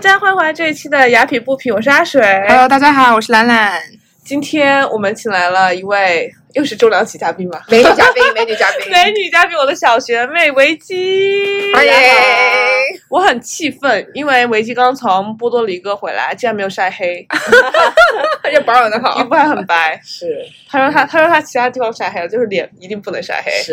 家欢迎回来这一期的雅痞不痞，我是阿水。 Hello，大家好，我是兰兰。今天我们请来了一位又是重量级嘉宾吧，美女嘉宾， 美女嘉宾，美女嘉宾，我的小学妹维基。嗯欢迎我很气愤，因为维基刚从波多黎各回来，竟然没有晒黑，这保养的皮 好，肤还很白。是他说他他说他其他地方晒黑了，就是脸一定不能晒黑。是，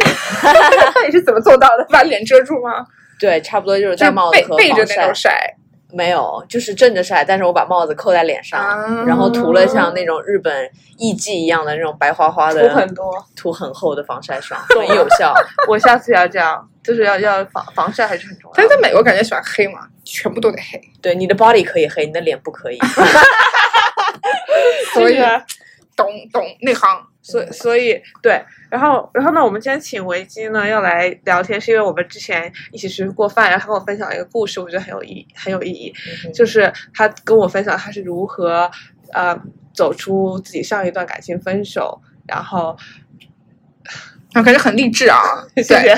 那你是怎么做到的？把脸遮住吗？对，差不多就是就戴是帽子背和背着防那晒种，晒没有，就是正着晒，但是我把帽子扣在脸上，啊然后涂了像那种日本艺妓一样的那种白花花涂的，很多，涂很厚的防晒霜，很有效。我下次也要这样，就是要要防防晒还是很重要但的是。在美国感觉喜欢黑嘛，全部都得黑，对，你的 body 可以黑，你的脸不可以。所以是的懂懂内行。 所以所以对，然后然后呢，我们今天请维基呢要来聊天，是因为我们之前一起吃过饭，然后他跟我分享了一个故事，我觉得很有意很有意义，嗯就是他跟我分享他是如何呃走出自己上一段感情分手，然 后啊，感觉很励志啊！谢对，谢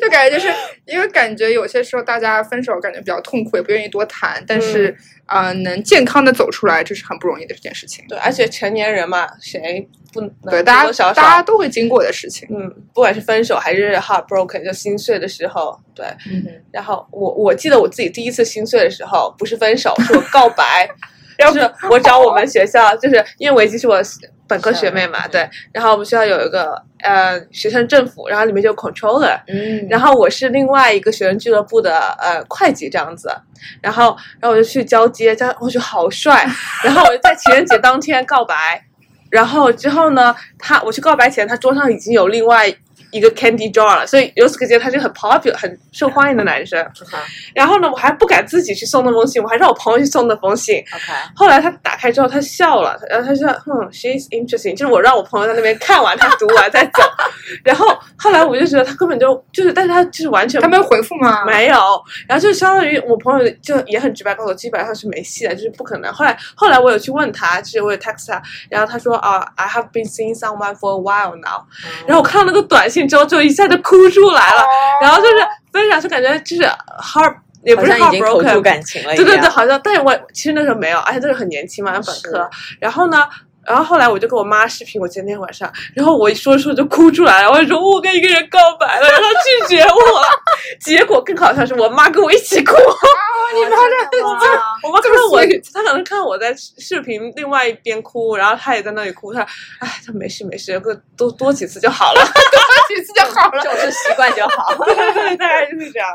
就感觉就是因为感觉有些时候大家分手感觉比较痛苦，也不愿意多谈，但是啊、呃能健康的走出来，这是很不容易的一件事情。对，而且成年人嘛，谁不能对，嗯大多多少少家大家都会经过的事情。嗯，不管是分手还是 heartbroken，就心碎的时候，对，然后我我记得我自己第一次心碎的时候，不是分手，是我告白，就是我找我们学校，就是因为维基是我本科学妹嘛，是对，然后我们学校有一个呃学生政府，然后里面就有 controller，嗯，然后我是另外一个学生俱乐部的呃会计这样子，然后然后我就去交接，交我觉得好帅，然后我就在情人节当天告白，然后之后呢，他我去告白前，他桌上已经有另外一个 candy jar 了，所以由此可见他是很 popular 很受欢迎的男生。然后呢，我还不敢自己去送那封信，我还让我朋友去送那封信， OK，后来他打开之后，他笑了，然后他说：“嗯，she's interesting。”就是我让我朋友在那边看完，他读完再走。然后后来我就觉得他根本就就是，但是他就是完全他们回复吗？没有。然后就相当于我朋友就也很直白告诉我，基本上是没戏的，就是不可能。后来后来我有去问他，就是我有 text 他，然后他说：“啊、i have been seeing someone for a while now。”然后我看到那个短信之后，就一下就哭出来了。哦然后就是分享，就感觉就是 heart 也好不是像已经口 heartbroken，出感情了一对样。对对，好像，但是我其实那时候没有，而且那时候很年轻嘛，本科。然后呢，然后后来我就跟我妈视频，我今天晚上，然后我一说说就哭出来了，我就说我跟一个人告白了，然后他拒绝我 了，结果更搞笑是我妈跟我一起哭，你们这我妈看么到我随，她可能看我在视频另外一边哭，然后她也在那里哭，她说哎，她没事没事，多多几次就好了。几次就好了。种是习惯就好。 对对，大概就是这样。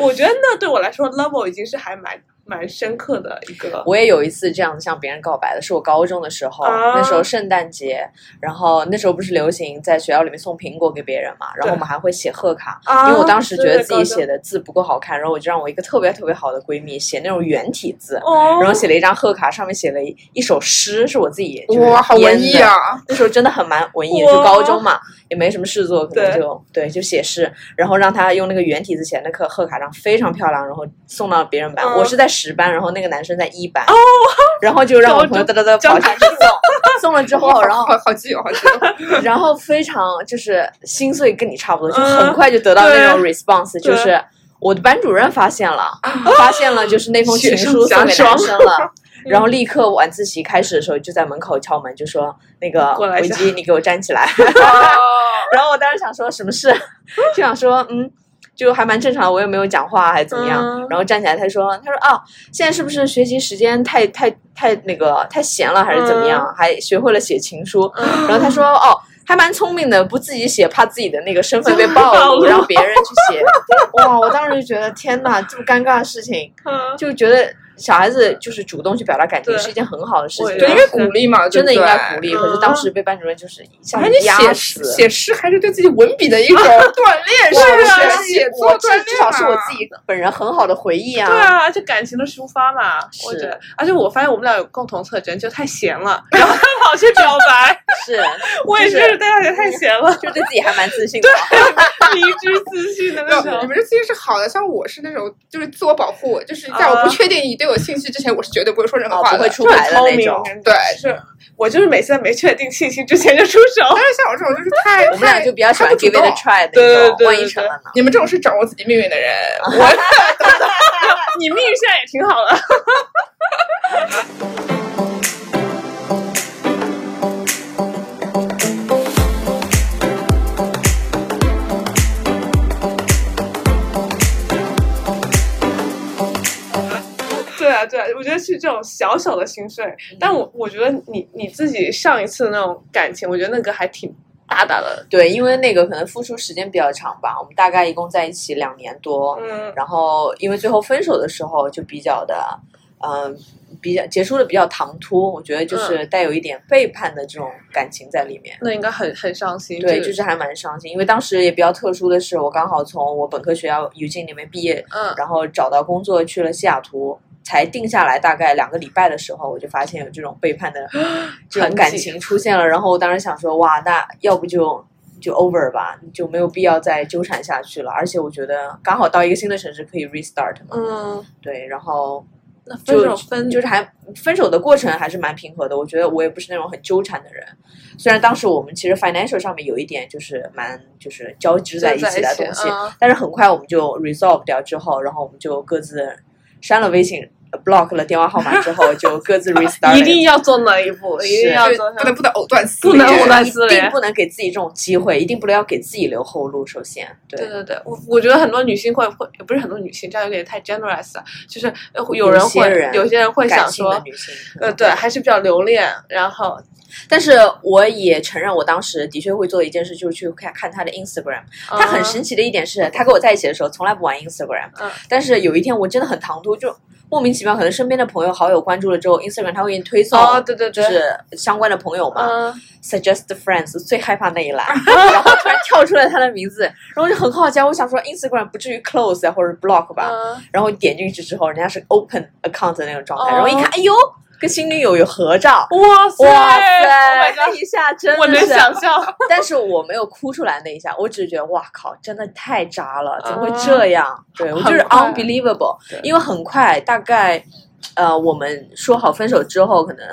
我我觉得那对我来说，level 已经是还蛮蛮深刻的一个。我也有一次这样向别人告白的，是我高中的时候，啊那时候圣诞节，然后那时候不是流行在学校里面送苹果给别人嘛，然后我们还会写贺卡，啊因为我当时觉得自己写的，的字不够好看，然后我就让我一个特别特别好的闺蜜写那种圆体字，哦、然后写了一张贺卡，上面写了一一首诗，是我自己就是哇，好文编艺的！啊！那时候真的很蛮文艺，哇就高中嘛，也没什么事做，可能对就对就写诗，然后让他用那个圆体字写那课贺卡上非常漂亮，然后送到别人班。嗯哦我是在十班，然后那个男生在一班，然后就让我朋友高哒哒哒跑张下开去送，送了 之哇后，哦然后好好基友，好基友。 然后非常就是心碎，跟你差不多，就嗯很快就得到那种对 response，对啊就是我的班主任发现了，发现了就是那封情书送给雪上男加生了。 然后立刻晚自习开始的时候就在门口敲门，就说那个过来一维下基，你给我站 起来。哦，然后我当时想说什么事， 就想说嗯，就还蛮正常，我也没有讲话还怎么样。嗯然后站起来，他说他说哦，现在是不是学习时间太太太那个太闲了，还是怎么样？嗯还学会了写情书。然后他说哦。还蛮聪明的，不自己写，怕自己的那个身份被 暴暴露露，让别人去写。 哇！我当时就觉得天哪，这么尴尬的事情，嗯就觉得小孩子就是主动去表达感情对是一件很好的事我情，啊也是对，应该鼓励嘛，真的对应不对该鼓。励。可是当时被班主任就是一下反子正你压写死啊诗，写诗还是对自己文笔的一种 锻炼，是是不啊是？写作我锻炼至至少是我嘛自己本人很好的回忆啊。对啊，而且感情的抒发嘛，我觉得，而且我发现我们俩有共同特征，就太闲了，然后他跑去表 白，是，我也就是是对他也太闲 了，就对自己还蛮自信的。啊啊迷之自信的那没有你种。们这其实是好的，像我是那种就是自我保护，就是在我啊不确定你对我兴趣之前，我是绝对不会说任何哦话的。不会出就很来的聪那明种。，对是我就是每次在没确定信息之前就出手，但是像我这种就是太 我们俩太就比较喜欢太不主 give it 动 a try 对对对那种，对万一对成了呢？ 你们这种是掌握自己命运的人，我你命现在也挺好的。 对啊，对啊，我觉得是这种小小的心碎，嗯但我我觉得你你自己上一次那种感情，我觉得那个还挺大大的，对，因为那个可能付出时间比较长吧，我们大概一共在一起两年多，嗯然后因为最后分手的时候就比较的，嗯、比较结束的比较唐突，我觉得就是带有一点背叛的这种感情在里面。那应该很很伤心。对，这个就是还蛮伤心，因为当时也比较特殊的是，我刚好从我本科学校 u g 那边毕业，嗯然后找到工作去了西雅图，才定下来大概两个礼拜的时候，我就发现有这种背叛的这种感情出现了。然后我当时想说，哇，那要不就就 over 吧，就没有必要再纠缠下去了。而且我觉得刚好到一个新的城市可以 restart 嘛，嗯，对，然后。那分就手分就是还分手的过程还是蛮平和的，我觉得我也不是那种很纠缠的人。虽然当时我们其实 financial 上面有一点就是蛮就是交织在一起的东西，嗯但是很快我们就 resolve 掉之后，然后我们就各自删了微信呃，block 了电话号码之后，就各自 restart。一定要做那一步，一定要对做那一步。不能不能藕断丝不连，能藕断一丝定连。不能给自己这种机会，一定不能要给自己留后路。首先，对对对对，我我觉得很多女性会会，也不是很多女性，这样有点太 generous 了。就是呃有人会，有些人有些人会感想性的说，女性，嗯呃，对，还是比较留恋。然后，但是我也承认，我当时的确会做一件事，就是去看看他的 Instagram。他很神奇的一点是，他跟我在一起的时候从来不玩 Instagram，、嗯但是有一天我真的很唐突，就莫名其妙，可能身边的朋友好友关注了之后，Instagram 他会给你推送，哦，对对就对，是相关的朋友嘛、嗯， s u g g e s t friends 最害怕那 一栏，然后突然跳出来他的名字，然后我就很好奇，我想说 Instagram 不至于 close 啊或者 block 吧，嗯然后点进去之后，人家是 open account 的那种状态，哦然后一看，哎呦，跟新女友有合照。哇塞，哇塞！ Oh my 那 god，一下真的我能是想象， 但是我没有哭出来那一下，我只是觉得哇靠，真的太渣了，怎么会这样？对我就是嗯很快 unbelievable，对因为很快，大概呃，我们说好分手之后，可能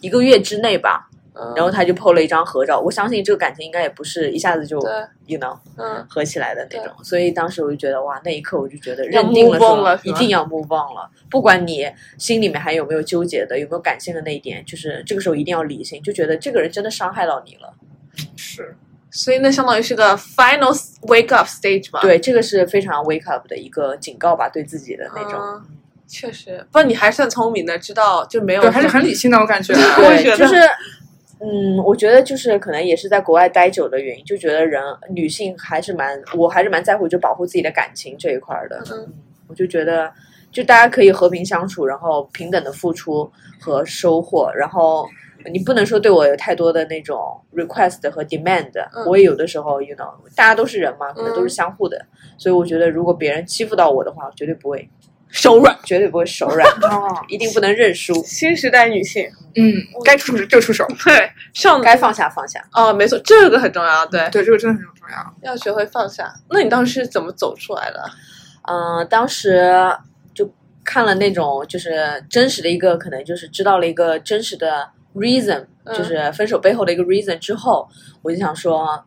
一个月之内吧，嗯然后他就 PO 了一张合照。我相信这个感情应该也不是一下子就对， you know 嗯，合起来的那对种，所以当时我就觉得哇，那一刻我就觉得要认定 move 了 on 说了是一吧定要 move on 了，不管你心里面还有没有纠结的，有没有感性的那一点，就是这个时候一定要理性，就觉得这个人真的伤害到你了。是所以那相当于是个 final wake up stage 吧？对，这个是非常 wake up 的一个警告吧，对自己的那种。嗯确实，不，你还算聪明的，知道就没有对，还是很理性的，我感觉。啊对我觉对，得就是，嗯，我觉得就是可能也是在国外待久的原因，就觉得人女性还是蛮，我还是蛮在乎就保护自己的感情这一块儿的。嗯，我就觉得，就大家可以和平相处，然后平等的付出和收获，然后。你不能说对我有太多的那种 request 和 demand，、嗯我也有的时候，you know，大家都是人嘛，可能嗯都是相互的，所以我觉得如果别人欺负到我的话，我绝对不会手软，绝对不会手软，一定不能认输，新时代女性，嗯，该出手就出手。 对，上该放下放下。哦，没错，这个很重要，对，对，这个真的很重要。要学会放下。那你当时是怎么走出来的？嗯、当时就看了那种就是真实的一个，可能就是知道了一个真实的 reason，、嗯就是分手背后的一个 reason 之后，我就想说。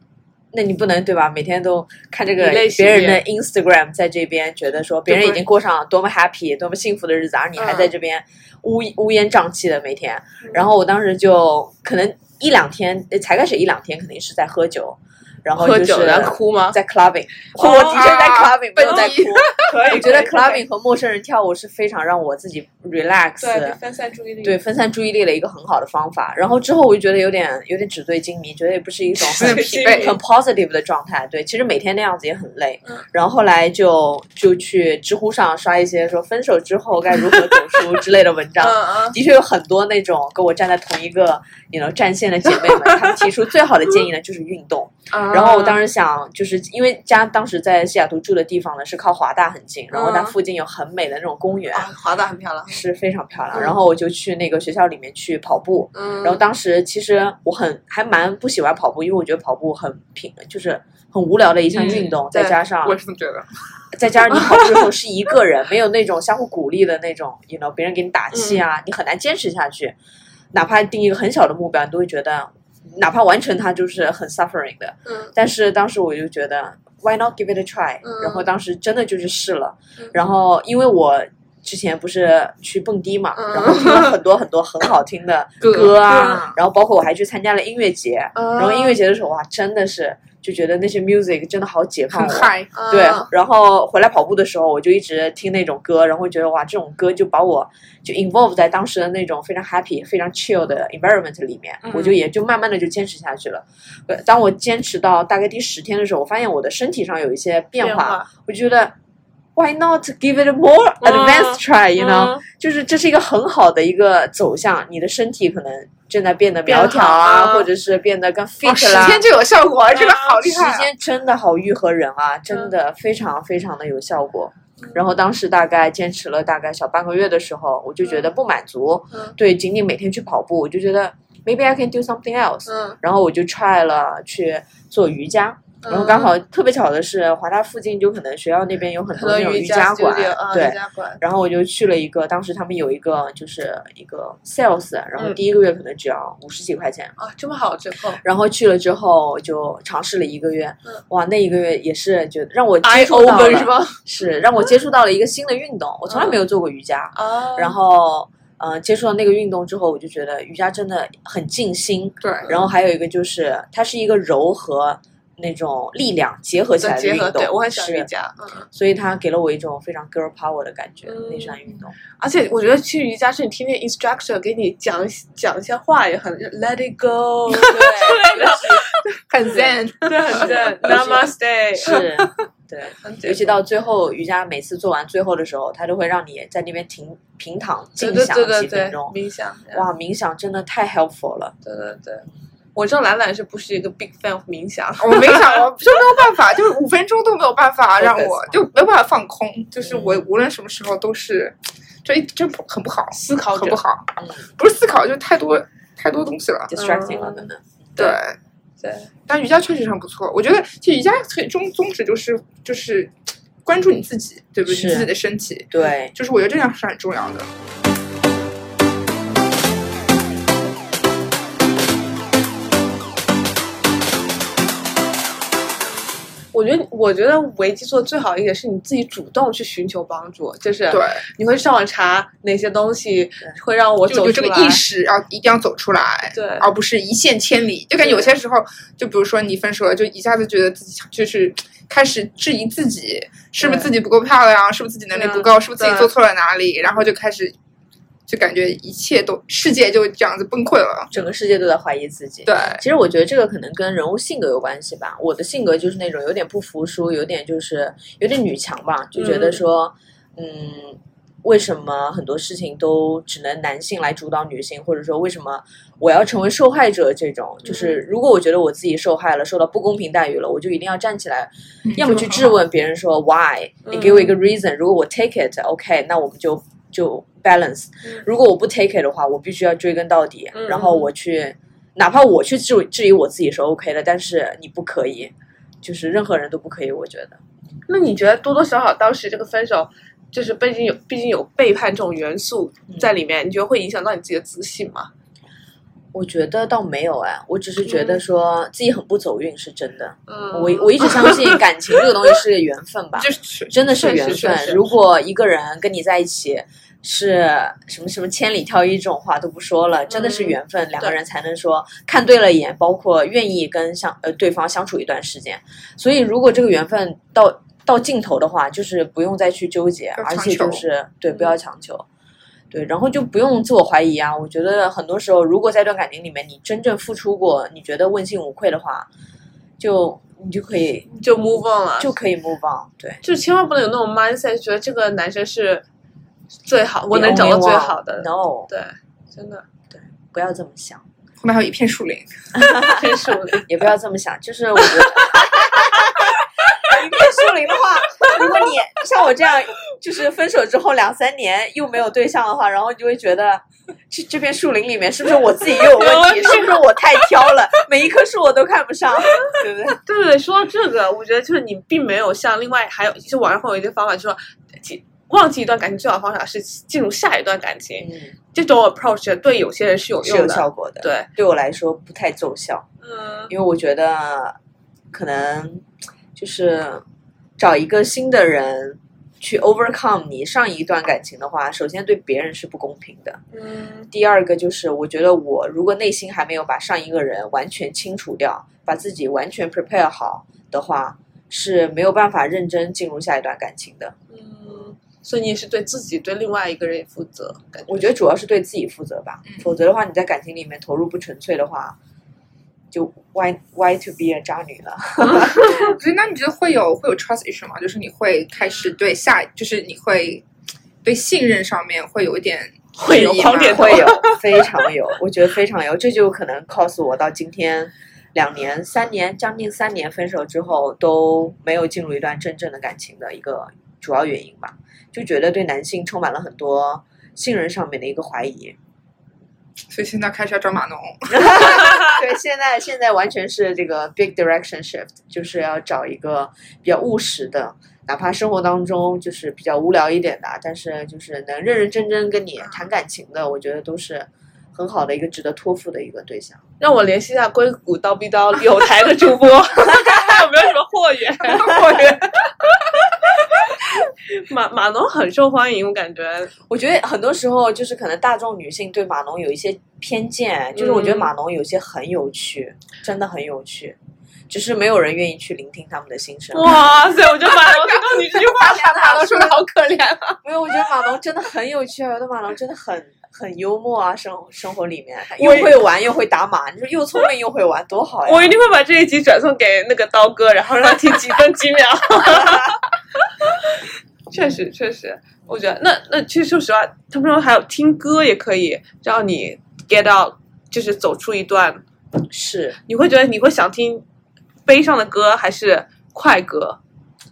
那你不能对吧？每天都看这个以泪洗别人的面 Instagram，在这边觉得说别人已经过上多么 happy、多么幸福的日子，而你还嗯在这边乌乌烟瘴气的每天嗯。然后我当时就可能一两天，呃才开始一两天肯定是在喝酒，然后喝哦就是酒然后哭吗？在 clubbing，哦我的确在 clubbing，没有蹦在迪哭。哎可我觉得 clubbing 和陌生人跳舞是非常让我自己 relax，对分散注意力，对，分散注意力的一个很好的方法。然后之后我就觉得有点有点纸醉金迷，觉得也不是一种有很点疲惫很 positive 的状态。对，其实每天那样子也很累。嗯然后后来就就去知乎上刷一些说分手之后该如何走出之类的文章。嗯 的确有很多那种跟我站在同一个你 you know, 战线的姐妹们，她们提出最好的建议呢就是运动。嗯，然后我当时时想，就是因为家当时在西雅图住的地方呢是靠华大很近，然后它嗯附近有很美的那种公园，啊，滑的很漂亮，是非常漂亮。嗯然后我就去那个学校里面去跑步，嗯，然后当时其实我很还蛮不喜欢跑步，因为我觉得跑步很平，就是很无聊的一项运动，嗯再对加上我也是这么觉得。再加上你跑步的时候是一个人，没有那种相互鼓励的那种，you know，别人给你打气嗯啊，你很难坚持下去。哪怕定一个很小的目标，你都会觉得，哪怕完成它就是很 suffering 的。嗯但是当时我就觉得，why not give it a try？、嗯然后当时真的就是试了，嗯然后因为我之前不是去蹦迪嘛，嗯然后听了很多很多很好听的歌歌啊嗯，然后包括我还去参加了音乐节，然然后音乐节的时候哇，真的是就觉得那些 music 真的好解放很我。嗨，嗯对，然后回来跑步的时候，我就一直听那种歌，然后觉得哇，这种歌就把我就 involve 在当时的那种非常 happy、非常 chill 的 environment 里面，我就也就慢慢的就坚持下去了。呃当我坚持到大概第十天的时候，我发现我的身体上有一些变化，我就觉得 why not give it a more 嗯 advanced try，you know？、哦嗯就是这是一个很好的一个走向，你的身体可能正在变得苗条变好啊，啊或者是变得更哇 fit 啦。十天就有效果，这个好厉啊害嗯时间真的好愈合人嗯啊，真的非常非常的有效果。然后当时大概坚持了大概小半个月的时候，我就觉得不满足，嗯对，仅仅每天去跑步，我就觉得 maybe I can do something else。嗯，然后我就 try 了去做瑜伽，然后刚好特别巧的是，华大附近就可能学校那边有很很多多那种瑜伽馆 studio，嗯，对瑜，伽馆，然后我就去了一个，当时他们有一个就是一个 sales，然后嗯第一个月可能只要五十几块钱，啊，这么好折扣然后去了之后就尝试了一个月，嗯哇，那一个月也是觉得让我接，I 触到 open 是了，吧？嗯是让我接触到了一个新的运动，我从来没有做过瑜伽，啊， 然后嗯、呃接触到那个运动之后，我就觉得瑜伽真的很静心，对，嗯然后还有一个就是它是一个柔和。那种力量结合起再来的结运合，动，对我很喜欢瑜是，伽，嗯，所以它给了我一种非常 girl power 的感觉。那项嗯运动，而且我觉得去瑜伽是你听见 instructor 给你讲讲一些话，也很 let it go， 对，很 zen，对，很正，namaste， 是，对，很解尤其放到最后瑜伽，每次做完最后的时候，它都会让你在那边停平躺对静对享对对几对分，钟。冥想，哇，冥想真的太 helpful 了。对对对。我知道兰兰是不是一个 big fan of 冥想？我没想过，就没有办法，就是五分钟都没有办法 Focus 让我嘛就没有办法放空，就是我无论什么时候都是，这这不很不好，思考很者不好嗯，不是思考，就是太多太多东西嗯了， distracting 了，可能。对。对，但瑜伽确实很不错，我觉得其实瑜伽最终宗旨就是就是关注你自己，对不对？是你自己的身体，嗯对，就是我觉得这样是很重要的。我觉得，我觉得危机做的最好的一点是你自己主动去寻求帮助，就是对，你会上网查哪些东西会让我就走有出这个来。意识，要一定要走出来。对，而不是一线千里。就感觉有些时候，就比如说你分手了，就一下子觉得自己就是开始质疑自己，是不是对自己不够漂亮，是不是自己能力不够，是不是自己对做错了哪里，然后就开始就感觉一切都世界就这样子崩溃了。整个世界都在怀疑自己。对，其实我觉得这个可能跟人物性格有关系吧。我的性格就是那种有点不服输，有点就是有点女强吧，就觉得说，嗯。为什么很多事情都只能男性来主导女性，或者说为什么我要成为受害者？这种就是，如果我觉得我自己受害了，受到不公平待遇了，我就一定要站起来，要么去质问别人说 why，你嗯给我一个 reason，如果我 take it，OK，、那我们就就 balance 嗯。如果我不 take it 的话，我必须要追根到底，嗯然后我去，哪怕我去质质疑我自己是 OK 的，但是你不可以，就是任何人都不可以，我觉得。那你觉得多多少少当时这个分手，就是毕竟有毕竟有背叛这种元素在里面，你觉得会影响到你自己的自信吗？我觉得倒没有哎，我只是觉得说自己很不走运是真的。嗯我我一直相信感情这个东西是个缘分吧，就是真的是确实缘确实分。如果一个人跟你在一起是什么什么千里挑一这种话都不说了，真的嗯是缘分，两个人才能说看对了眼，包括愿意跟相呃对方相处一段时间。所以如果这个缘分到到尽头的话，就是不用再去纠结，要而强且就求是对不嗯要强求。对，然后就不用自我怀疑啊。我觉得很多时候，如果在一段感情里面你真正付出过，你觉得问心无愧的话，就你就可以就 move on 了，就可以 move on。对，就千万不能有那种 mindset，觉得这个男生是最好，我能找到最好的。 No，对，真的不要这么想，后面还有一片树林，真是我的也不要这么想，就是我 觉得。一片树林的话，如果你像我这样，就是分手之后两三年又没有对象的话，然后你就会觉得这这片树林里面是不是我自己又有问题？是不是我太挑了？每一棵树我都看不上，对不对？对对对，说到这个，我觉得就是你并没有像另外还有，就网上会有一些方法，就说记忘记一段感情最好的方法是进入下一段感情，嗯，这种 approach 对有些人是有是用有的。效果的。，对，对我来说不太奏效，嗯因为我觉得可能就是找一个新的人去 overcome 你上一段感情的话，首先对别人是不公平的。嗯第二个就是，我觉得我如果内心还没有把上一个人完全清除掉，把自己完全 prepare 好的话，是没有办法认真进入下一段感情的。嗯，所以你也是对自己对另外一个人也负责，感觉我觉得主要是对自己负责吧，嗯否则的话，你在感情里面投入不纯粹的话，就 why why to be a 渣女了？所以那你觉得会有会有 trust issue 吗？就是你会开始对下，就是你会对信任上面会有一点会有质疑吗狂点头啊会有， 非常有，我觉得非常有，这就可能 cause 我到今天两年、三年，将近三年分手之后都没有进入一段真正的感情的一个主要原因吧，就觉得对男性充满了很多信任上面的一个怀疑。所以现在开始要找码农。 对，现在现在完全是这个 big direction shift，就是要找一个比较务实的，哪怕生活当中就是比较无聊一点的，但是就是能认认真真跟你谈感情的，我觉得都是很好的一个值得托付的一个对象。让我联系一下硅谷刀逼刀有台的主 播，看有没有什么货源？ 货源。马马农很受欢迎，我感 觉。我觉得很多时候就是可能大众女性对码农有一些偏见，就是我觉得码农有些很有趣，真的很有趣，只是没有人愿意去聆听他们的心声。哇塞，我觉得马农听到你这句话， 马农说的好可哎怜啊！没有，我觉得码农真的很有趣啊，有的码农真的很很幽默啊，生生活里面又我会玩又会打码，你说又聪明又会玩，多好呀！我一定会把这一集转送给那个刀哥，然后让他听几分几秒。 确实，确实，我觉得那那其实说实话，他们说还有听歌也可以让你 get out，就是走出一段。是你会觉得你会想听悲伤的歌还是快歌？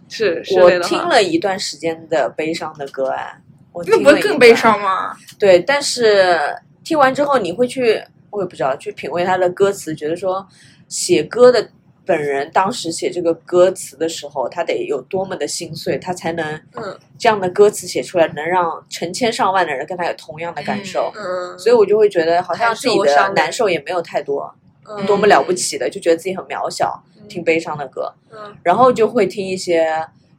是是我类的话听了一段时间的悲伤的歌哎，我那听不了会一更段悲？伤吗？对，但是听完之后你会去，我也不知道去品味他的歌词，觉得说写歌的本人当时写这个歌词的时候，他得有多么的心碎，他才能嗯这样的歌词写出来，能让成千上万的人跟他有同样的感受。嗯，所以我就会觉得好像自己太受伤的了难受也没有太多，以多么了不起的，就觉得自己很渺小，听悲伤的歌，嗯然后就会听一些。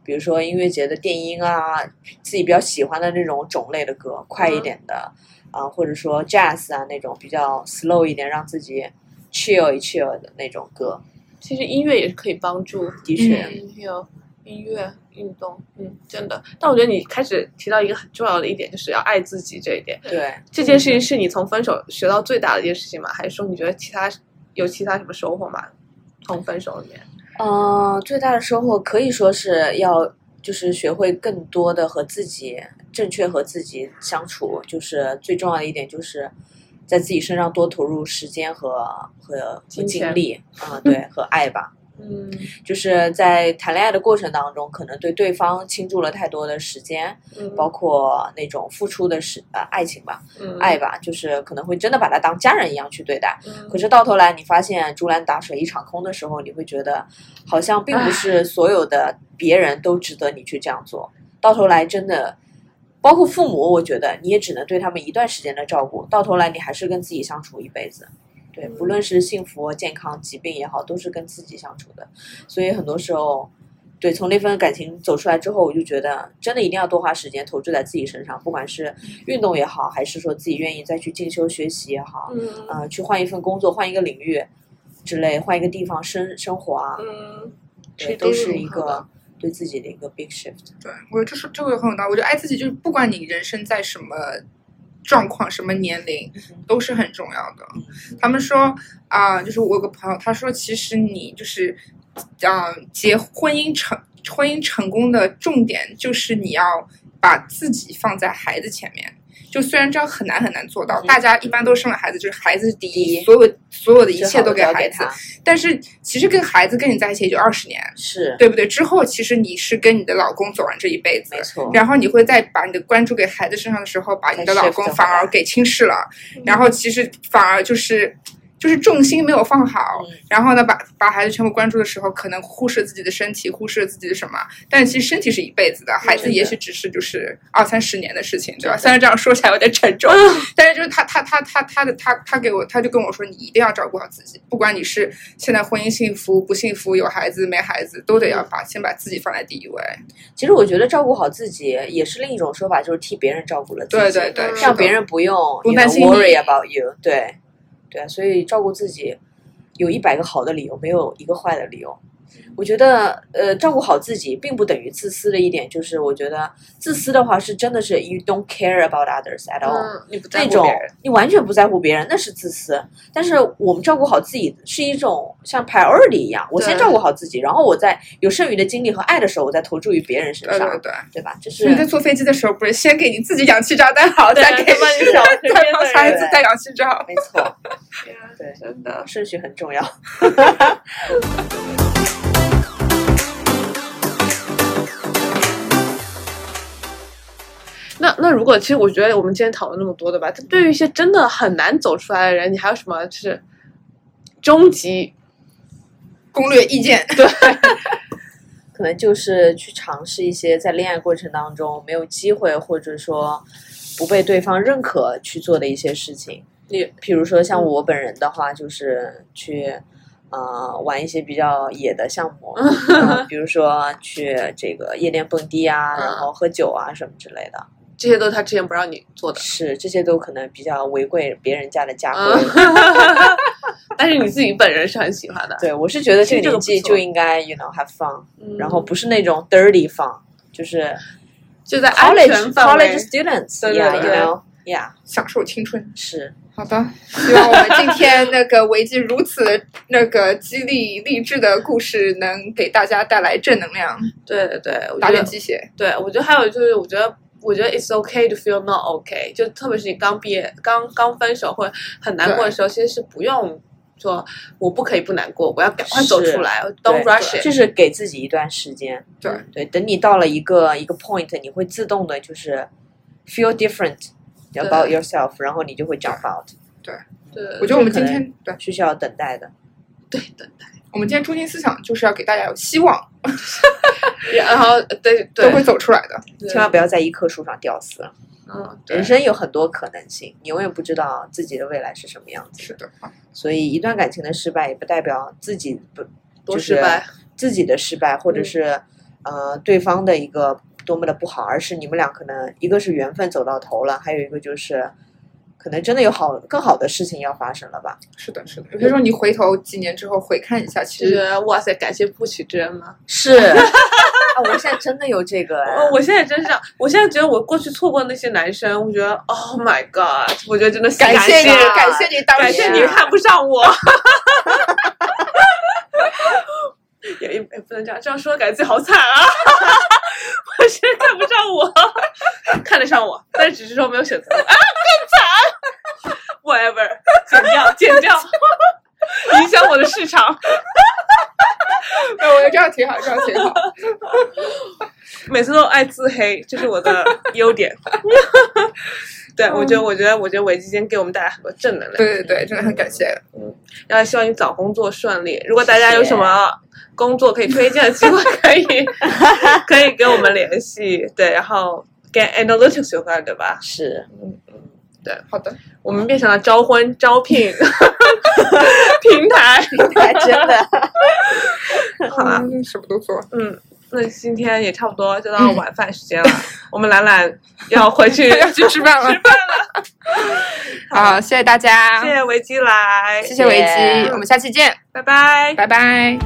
比如说音乐节的电音啊，自己比较喜欢的那种种类的歌，快一点的啊、或者说 jazz 啊那种比较 slow 一点，让自己 chill 一 chill 的那种歌，其实音乐也是可以帮助的确，嗯音乐、音乐、运动，嗯，真的。但我觉得你开始提到一个很重要的一点，就是要爱自己这一点。对，这件事情是你从分手学到最大的一件事情吗？还是说你觉得其他有其他什么收获吗？从分手里面，嗯，最大的收获可以说是要就是学会更多的和自己正确和自己相处，就是最重要的一点就是在自己身上多投入时间和和和金精钱力，啊、对，和爱吧。嗯就是在谈恋爱的过程当中，可能对对方倾注了太多的时间，嗯包括那种付出的时呃爱情吧，嗯爱吧，就是可能会真的把他当家人一样去对待。嗯可是到头来，你发现竹篮打水一场空的时候，你会觉得好像并不是所有的别人都值得你去这样做。到头来，真的，包括父母，我觉得你也只能对他们一段时间的照顾，到头来你还是跟自己相处一辈子。对，不论是幸福、健康、疾病也好，都是跟自己相处的。所以很多时候，对从那份感情走出来之后，我就觉得真的一定要多花时间投注在自己身上，不管是运动也好，还是说自己愿意再去进修学习也好，嗯呃，去换一份工作、换一个领域之类，换一个地方生生活啊，嗯，对，这都都是是一很好的个对自己的一个 big shift。对，我觉得这是这个很有道理。我觉得爱自己就是不管你人生在什么状况、什么年龄嗯哼，都是很重要的。嗯他们说啊、就是我有个朋友，他说其实你就是啊、结婚姻成婚姻成功的重点就是你要把自己放在孩子前面。就虽然这样很难很难做到，嗯大家一般都生了孩子，就是孩子是第第一一，所有所有的一最切好都的给交孩子他。，但是其实跟孩子跟你在一起也就二十年，是对不对？之后其实你是跟你的老公走完这一辈子没，错。然后你会在把你的关注给孩子身上的时候，把你的老公反而给轻视了嗯，然后其实反而就是。就是重心没有放好，嗯然后呢，把把孩子全部关注的时候，可能忽视自己的身体，忽视自己的什么，但其实身体是一辈子的，孩子也许只是就是二三十年的事情，对吧？虽然这样说起来有点沉重，但是就是他他他他他的他他给我他就跟我说，你一定要照顾好自己，不管你是现在婚姻幸福不幸福，有孩子没孩子，都得要把先把自己放在第一位。其实我觉得照顾好自己也是另一种说法，就是替别人照顾了自对己，对对，嗯是让的别人不用不 you 担 know, 心 worry 你 about you，对对，啊所以照顾自己有一百个好的理由，没有一个坏的理由。嗯我觉得，呃，照顾好自己并不等于自私的一点，就是我觉得自私的话是真的是 you don't care about others at all，、嗯，你不在那乎种别人，你完全不在乎别人，那是自私。但是我们照顾好自己是一种像 priority 一样，我先对照顾好自己，然后我在有剩余的精力和爱的时候，我再投注于别人身对上，对对。对吧？这是你在坐飞机的时候，不是先给你自己氧气罩戴好，对再给再帮你找 身边的再帮孩子人戴氧气罩。没错， 对真的。顺序很重要。那那如果其实我觉得我们今天讨论那么多的吧，但对于一些真的很难走出来的人，你还有什么就是终极攻略意见，可能就是去尝试一些在恋爱过程当中没有机会，或者说不被对方认可去做的一些事情。你譬如说嗯像我本人的话，就是去呃玩一些比较野的项 目，呃比如说去这个夜店蹦迪啊，然嗯后喝酒啊什么之类的，这些都是他之前不让你做的，是这些都可能比较违规别人家的家规。嗯但是你自己本人是很喜欢的。对我是觉得其这实这个个不年纪错就应该 you know have fun，嗯然后不是那种 dirty fun，就是就在安 college 全范 college 围。 students 对对 yeah 对 you know yeah 享受青春。是。好的，希望我们今天那个维基如此那个激励励志的故事，能给大家带来正能量，对对对，我打觉点得鸡血。对，我觉得还有就是，我觉得。我觉得 it's okay to feel not okay，就特别是你刚毕业、刚刚分手或者很难过的时候，其实是不用说我不可以不难过，我要赶快走出来，don't 对 rush it。就是给自己一段时间。对对，等你到了一个一个 point，你会自动的就是 feel different about yourself，然后你就会 jump out，对，我觉得我们今天对，是需要等待的。对对我们今天中心思想就是要给大家有希望，对，然后对都对会，走出来的。对千万不要在一棵树上吊死。嗯，对人生有很多可能性，你永远不知道自己的未来是什么样子，是的，啊好所以一段感情的失败也不代表自己不多就是失败，自己的失败，或者嗯是、呃对方的一个多么的不好，而是你们俩可能一个是缘分走到头了，还有一个就是可能真的有好更好的事情要发生了吧。是的，是的。有些时候你回头几年之后回看一下，其就觉实得哇塞，感谢不娶之恩嘛。是 啊，我现在真的有这个哎、哦，我现在真是这样，我现在觉得我过去错过那些男生，我觉得 Oh my God，我觉得真的是感谢谢你，啊感谢你当感年谢你看不上我。 也也也不能这样，这样说感觉自己好惨啊！ 我是看不上我，看得上我，但是只是说没有选择我啊，更惨。Whatever，剪掉，剪掉，影响我的市场。哎，我觉得这样挺好，这样挺好。每次都爱自黑，这是我的优点。 对，我觉得，我觉得，我觉得维基间给我们带来很多正能量。对对对，真的很感谢。然后希望你找工作顺利。如果大家有什么工作可以推荐的机会，可 以可以跟我们联系。对，然后跟 analytics 有关，对吧？啊是 好的，我们变成了招婚招聘 平台。还真的好啊嗯，什么都 做。嗯，那今天也差不多就到晚饭时间 了，我们懒懒要回 去要去吃饭了， 吃饭 了。好，谢谢大家，谢谢维基来，谢谢维谢基，谢我们下期见，拜拜。拜拜。